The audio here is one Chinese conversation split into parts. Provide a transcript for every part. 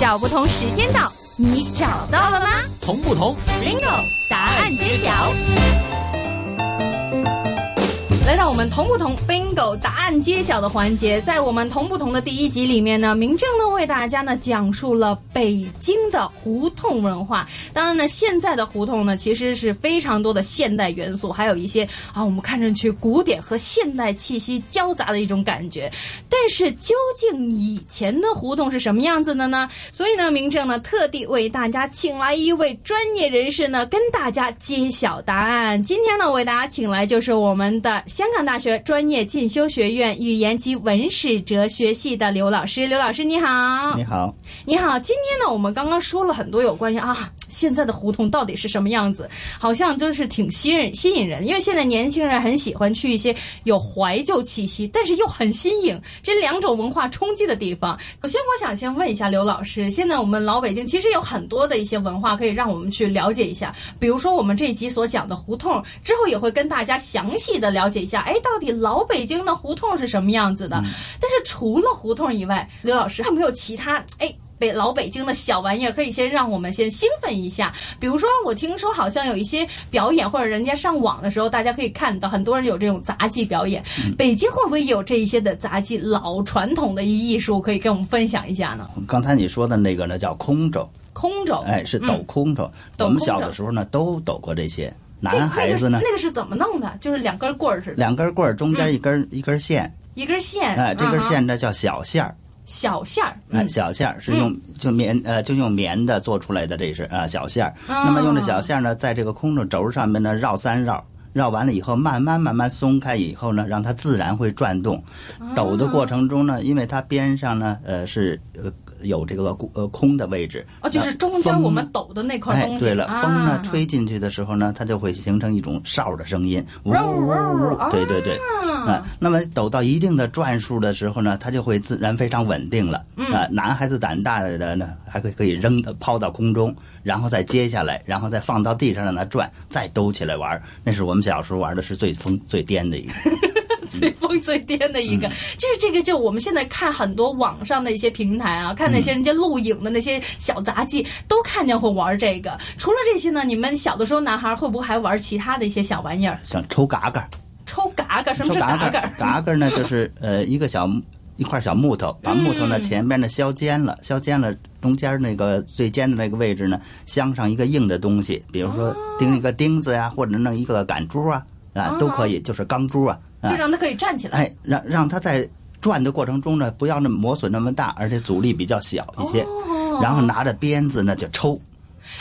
找不同时间到，你找到了吗？同不同？ bingo，答案揭晓。来到我们同不同 bingo 答案揭晓的环节，在我们同不同的第一集里面呢，明正呢为大家呢讲述了北京的胡同文化。当然呢，现在的胡同呢其实是非常多的现代元素，还有一些啊我们看上去古典和现代气息交杂的一种感觉。但是究竟以前的胡同是什么样子的呢？所以呢，明正呢特地为大家请来一位专业人士呢，跟大家揭晓答案。今天呢，为大家请来就是我们的香港大学专业进修学院语言及文史哲学系的刘老师。刘老师，你好。你好，你好，今天呢，我们刚刚说了很多有关于啊现在的胡同到底是什么样子，好像就是挺吸引吸引人，因为现在年轻人很喜欢去一些有怀旧气息，但是又很新颖这两种文化冲击的地方。首先，我想先问一下刘老师，现在我们老北京其实有很多的一些文化可以让我们去了解一下，比如说我们这一集所讲的胡同，之后也会跟大家详细的了解一下，哎，到底老北京的胡同是什么样子的？但是除了胡同以外，刘老师还有没有其他哎？北老北京的小玩意儿，可以先让我们先兴奋一下。比如说，我听说好像有一些表演，或者人家上网的时候，大家可以看到很多人有这种杂技表演。嗯北京会不会有这一些的杂技老传统的艺术，可以跟我们分享一下呢？刚才你说的那个呢叫空手，空手，哎，是嗯抖空手。抖我们空小手的时候呢都抖过这些。这男孩子呢那个是、，那个嗯是怎么弄的？就是两根棍儿似的，两根棍儿中间一根、一根线，一根线，哎，这根嗯哼线呢叫小线儿，小线儿，哎，嗯小线儿是用就棉呃就用棉的做出来的，这是啊小线儿。哦那么用这小线儿呢，在这个空手轴上面呢绕三绕。绕完了以后，慢慢慢慢松开以后呢，让它自然会转动。哦抖的过程中呢，因为它边上呢，呃是呃有这个呃空的位置，呃哦，就是那中间风我们抖的那块哎东西。，对了，风呢啊，吹进去的时候呢，它就会形成一种哨的声音，呜呜呜啊呜，对对对，啊，那么抖到一定的转数的时候呢，它就会自然非常稳定了。啊，男孩子胆大的呢，还可以可以扔的抛到空中，然后再接下来，然后再放到地上让它转，再兜起来玩儿。那是我们小时候玩的是最疯最颠的一个。 最疯最癫的一嗯个，就是这个，就我们现在看很多网上的一些平台啊，看那些人家录影的那些小杂技，都看见会玩这个。除了这些呢，你们小的时候男孩会不会还玩其他的一些小玩意儿？像抽嘎嘎，抽嘎嘎，什么抽是嘎嘎嘎， 嘎嘎呢就是呃一个小一块小木嗯头，把木头呢前边呢削尖了，削尖了中间那个最尖的那个位置呢，镶上一个硬的东西，比如哦说钉一个钉子呀，或者弄一个杆珠啊啊都可以，就是钢珠啊啊就，让他可以站起来。哎让让它在转的过程中呢，不要那么磨损那么大，而且阻力比较小一些，哦然后拿着鞭子呢就抽，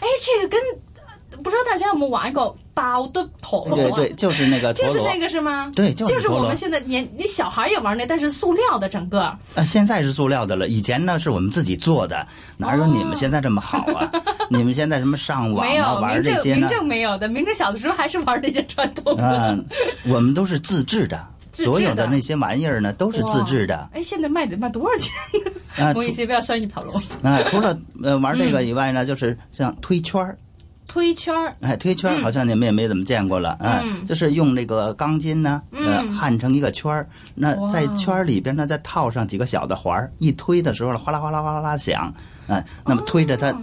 哎，这个跟呃不知道大家有没有玩过包的陀螺？对对，，就是那个陀哦就是螺那。个是吗？对就就是陀我螺们现在年你小孩也玩那，但是塑料的整个。啊，现在是塑料的了，以前呢是我们自己做的，哪有你们现在这么好啊？ 你们现在什么上网哦没啊，有，玩明这正些明呢？正没有的，明正小的时候还是玩那些传统的。嗯，我们都是自制的，自制所有的的那些玩意儿呢都是自制的。哎，现在卖得卖多少钱？ 啊，除我一些不要商业讨论。啊，除了 呃玩这个以外呢，就是像推圈儿，推圈儿，哎，推嗯圈儿好像你们也没怎么见过了，啊，就是用那个钢筋呢，呃，焊成一个圈儿，那嗯哇在圈儿里边呢再套上几个小的环儿，一推的时候呢，哗啦哗啦哗啦啦响，啊，那哦么推着它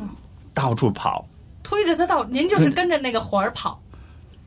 到处跑。推着它到，您就是跟着那个环儿跑。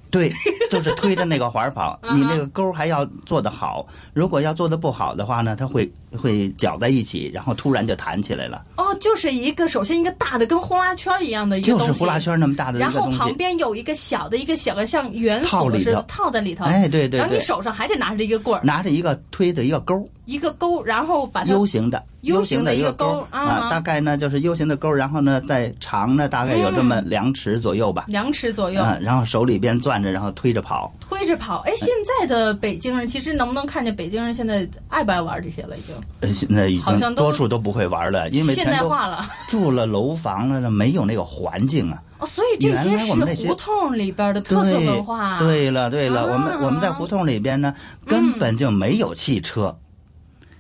对，就是推着那个环儿跑，嗯你那个钩儿还要做得好。如果要做得不好的话呢，它会会搅在一起，然后突然就弹起来了，哦，就是一个首先一个大的跟呼啦圈儿一样的一个就东是西，呼啦圈那么大的一然个后东旁西。边有一个小的一个小的像圆套锁里似的头套在里头。哎，对对然后你对，手上还得拿着一个棍儿，拿着一个推的一个钩儿一个钩，然后把它 U 型的 U 型型的的一个个钩钩儿儿啊啊，大概呢就是 U 型的钩儿，然后呢再长呢大概有这么两尺左右吧，两尺嗯左右、啊，然后手里边攥着，然后推着跑。推着跑。哎，现在的北京人其实能不能看见北京人现在爱不爱玩这些了？已经呃，现在已好像经都多数都不会玩了，因为现全代都化了。住了楼房了，呢，没有那个环境啊。哦，所以这些原来我们那是些胡同里边的对 特色文化。对了，对了，啊嗯我们我们在胡同里边呢，根本就没有汽车，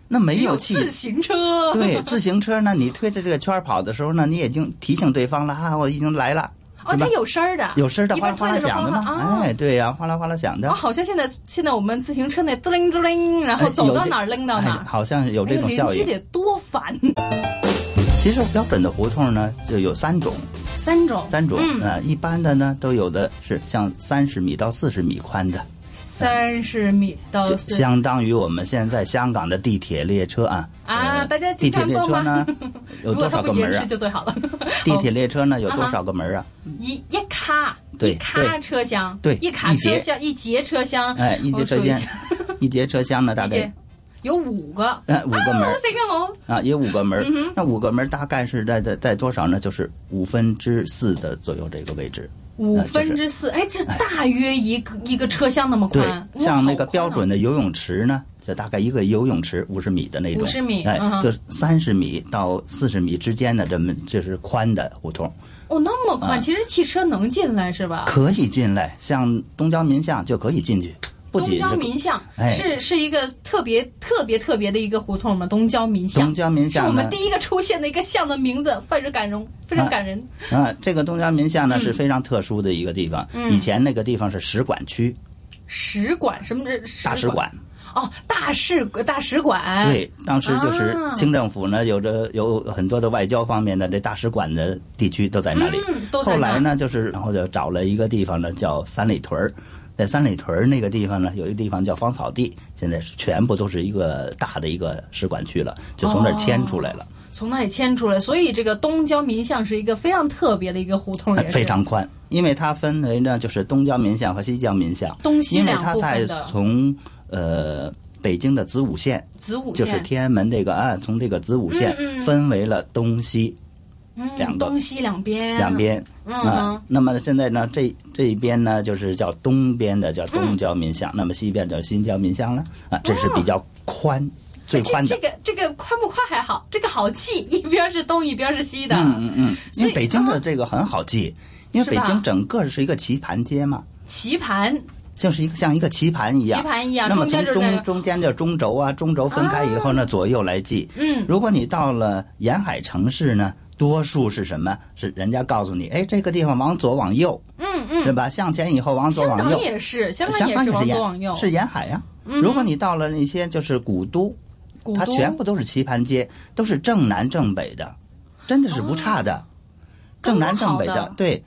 那没只有汽。自行车。 对，自行车呢，你推着这个圈儿跑的时候呢，你已经提醒对方了啊，我已经来了，哦，是吧它有声儿的，有声儿的一哗般推啦哗啦的时候响的哗啦嘛，啊、哎，对呀、哗啦哗啦响的啊，，好像现在现在我们自行车那滋铃滋铃，然后哎走有到这哪儿拎到哪哎儿。好像有哎这呀种效邻居应。得多烦！其实标准的胡同呢就有三种，三种，三种，嗯，呃，一般的呢都有的是像三十米到四十米宽的，三十米到就四相当于我们现在香港的地铁列车啊。啊，呃大家经地铁常列坐车吗 呢？ 有如果多它少不个延门迟啊？就最好了。 地好铁列车呢有啊多哈少个门啊？一一卡对一卡车厢，对一卡一车节厢一节车厢，哦哎，一节车我数一厢下， 一节车厢呢大一概节有五个，啊，呃五个 门儿随便哦，啊，也有五个门儿。那五个门儿大概是在在在多少呢？就是五分之四的左右这个位置。五呃就是分之四，哎，这大约一个一个车厢那么对宽，，哇像那好个宽标哦准的游泳池呢，就大概一个游泳池五十米的那种， 50米哎嗯，哼就是三十米到四十米之间的这么就是宽的胡同，哦，那么宽，啊其实汽车能进来是吧？可以进来，像东郊民巷就可以进去，不东仅郊是民巷哎是是一个特别特别特别的一个胡同嘛，东郊民巷东郊民是我巷们呢，嗯第一个出现的一个巷的名字，非常感人，非常感人。 啊，这个东郊民巷呢嗯是非常特殊的一个地方，嗯以前那个地方是使馆区，使馆什么是使大使馆，哦，大使大使馆，对，当时就是啊清政府呢，有着有很多的外交方面的这大使馆的地区都在那里。嗯都在后那儿来呢，就是然后就找了一个地方呢，叫三里屯儿。在三里屯儿那个地方呢，有一个地方叫芳草地，现在全部都是一个大的一个使馆区了，就从那儿迁出来了，从那里迁出来，所以这个东郊民巷是一个非常特别的一个胡同，呃也是非常宽，因为它分为呢就是东郊民巷和西郊民巷，东西因为两它部在分的从呃北京的子午线子午就是线，天安门这个岸，从这个子午线嗯嗯嗯分为了东西两嗯，个东西两边，两，边嗯啊哼。那么现在呢，这这一边呢，就是叫东边的叫东郊民嗯巷，那么西边叫新郊民巷了啊，这是比较宽、最宽哦这的这。个这个宽不宽还好，这个好记，一边是东，一边是西的，嗯嗯嗯，因所以为北京啊的这个很好记，因为是北吧京整个是一个棋盘街嘛，棋盘就是一个像一个棋盘一棋样。盘一样，那么中间从就是那中个，中间叫中轴啊，中轴分开以后呢，左右来记。嗯，如果你到了沿海城市呢，多数是什么？是人家告诉你，哎，这个地方往左往右，嗯对嗯，吧？向前以后往左香往港右，呃也是，香港香也港是往是左往右沿，是沿海呀、嗯哼哦如果你到了那些就是古都，古它都全部都是棋盘街，都是正南正北的，真的是不差的，正南正北刚刚好的对。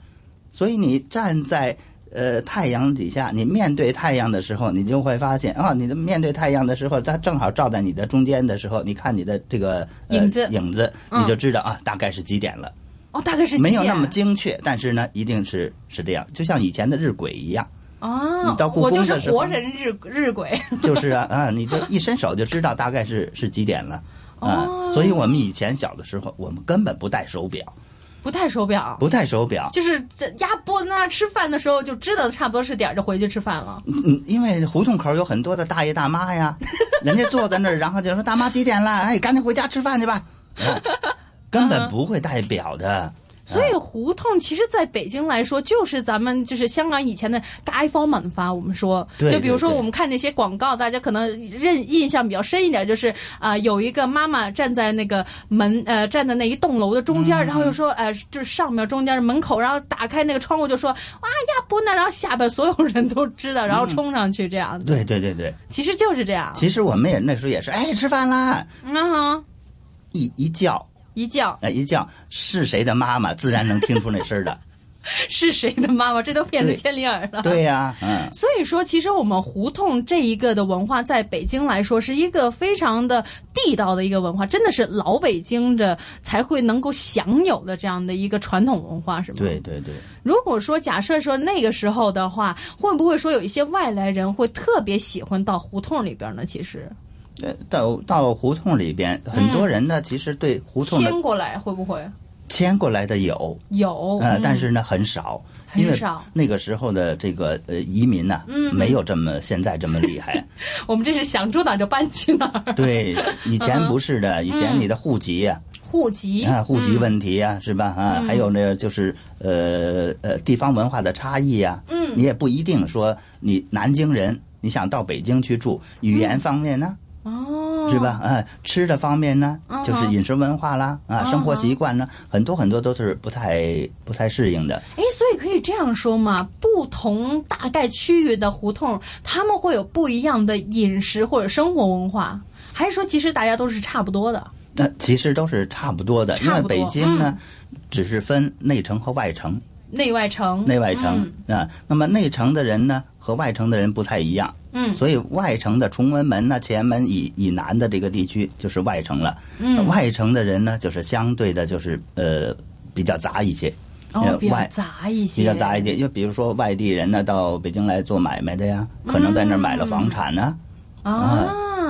所以你站在呃太阳底下，你面对太阳的时候，你就会发现啊、你的面对太阳的时候，它正好照在你的中间的时候，你看你的这个、呃影子影子，嗯你就知道啊，大概是几点了。哦，大概是没有那么近精确，但是呢，一定是是这样，就像以前的日 晷一样。啊你到，故我就宫是的时候活人日日晷， 就是啊，啊，你就一伸手就知道大概是是几点了。啊、哦所以我们以前小的时候，我们根本不戴手表，不戴手表，不戴手表，就是这鸭脖那吃饭的时候就知道差不多是点儿，就回去吃饭了。嗯，因为胡同口有很多的大爷大妈呀，人家坐在那儿，然后就说大妈几点了？哎，赶紧回家吃饭去吧。啊根本不会戴表的，所啊以胡同其实在北京来说，就是咱们就是香港以前的街坊满发。我们说，对就比如说对对我们看那些广告，大家可能认印象比较深一点，就是啊、呃有一个妈妈站在那个门呃站在那一栋楼的中嗯间，然后又说呃就是上面中间的门口，然后打开那个窗户就说哇呀不呢，然后下边所有人都知道，然后冲上去这样，对对对对。其实就是这样。嗯其实我们也那时候也是，哎，吃饭啦，嗯哼，一一叫，一叫哎，一叫是谁的妈妈，自然能听出那声儿的。是谁的妈妈，这都骗了对千里耳了。对呀、嗯。所以说，其实我们胡同这一个的文化，在北京来说是一个非常的地道的一个文化，真的是老北京的才会能够享有的这样的一个传统文化，是吗？对。对对，如果说假设说那个时候的话，会不会说有一些外来人会特别喜欢到胡同里边呢？其实呃，到到胡同里边，很多人呢，其实对胡同的迁哦过来会不会迁过来的有，有？呃，但是是呢很少，很因为少嗯那个时候的这个呃移民呢，没有这么现在这么 厉害。我们这是想住哪儿就搬去哪儿，对，以前不是嗯的，以前你的户籍呀，户籍啊，户嗯籍问题呀，是吧？啊，还有呢，就是呃呃地方文化的差异呀，嗯，你也不一定说你南京人，你想到北京去住，语言方面呢，哦，是？吧？啊，吃的方面呢嗯，就是哼饮食文化啦，啊，生活习惯呢，很多很多都是不太不太适应的。哎，所以可以这样说嘛，不同大概区域的胡同，他们会有不一样的饮食或者生活文化，还是说其实大家都是差不多的？那其实都是差不多的，因差为不多嗯北京呢，只是分内城和外城，内外城，内外城啊、嗯那么内城的人呢和外城的人不太一样，嗯所以外城的崇文门呢、前门以以南的这个地区就是外城了。嗯，外城的人呢，就是相对的，就是呃比较杂一些，哦，呃比较外杂一些，比较杂一些。就比如说外地人呢，到北京来做买卖的呀，可能在那儿买嗯了房产呢、啊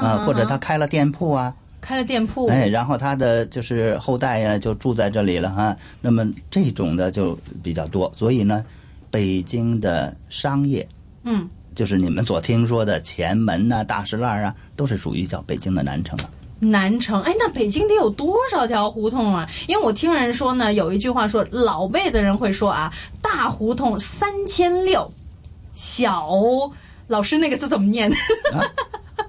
啊，或者他开了店铺啊，开了店铺，哎，然后他的就是后代呀、就住在这里了哈。那么这种的就比较多，所以呢，北京的商业嗯，就是你们所听说的前门呐、大石栏啊，都是属于叫北京的南城啊了。南城，哎，那北京得有多少条胡同啊？因为我听人说呢，有一句话说，老辈子人会说啊，大胡同三千六，小，老师那个字怎么念？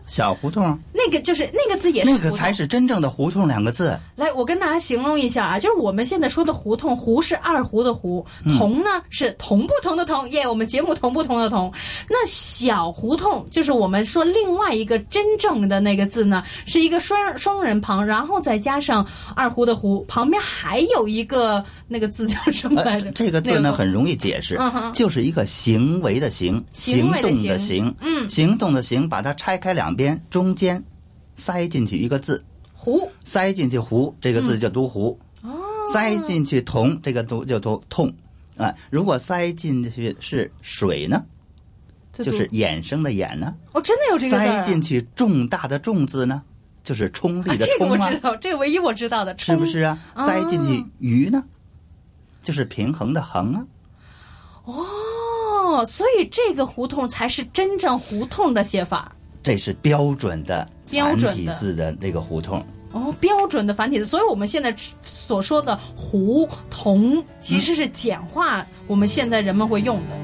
小胡同，那个就是那个字也是那胡个同才是真正的胡同两 个字。来，我跟大家形容一下啊，就是我们现在说的胡同，胡是二胡的胡，嗯同呢是同不同的同，耶、我们节目同不同的同。那小胡同就是我们说另外一个真正的那个字呢，是一个双双人旁，然后再加上二胡的胡，旁边还有一个那个字叫什么来呃，着？这个字那呢个很容易解释嗯哼，就是一个行为的行，行为的动行的行，嗯，行动的行，把它拆开两边，中间塞进去一个字，胡塞进去“胡”这个字就读“胡”，嗯塞进去“同”这个读就读“痛”啊、如果塞进去是“水”呢，这就读是衍生的“衍”呢；哦，真的有这个字儿啊塞进去重大的“重”字呢，就是冲啊，力的“这个冲我”啊知，道，这个唯一我知道的，是不冲是啊？啊塞进去“鱼”呢，就是平衡的“衡”啊。哦，所以这个胡同才是真正胡同的写法。这是标准的标繁准体的字的这个胡同。哦，标准的繁体字，所以我们现在所说的“胡同”其实是简化，我们现在人们会用的。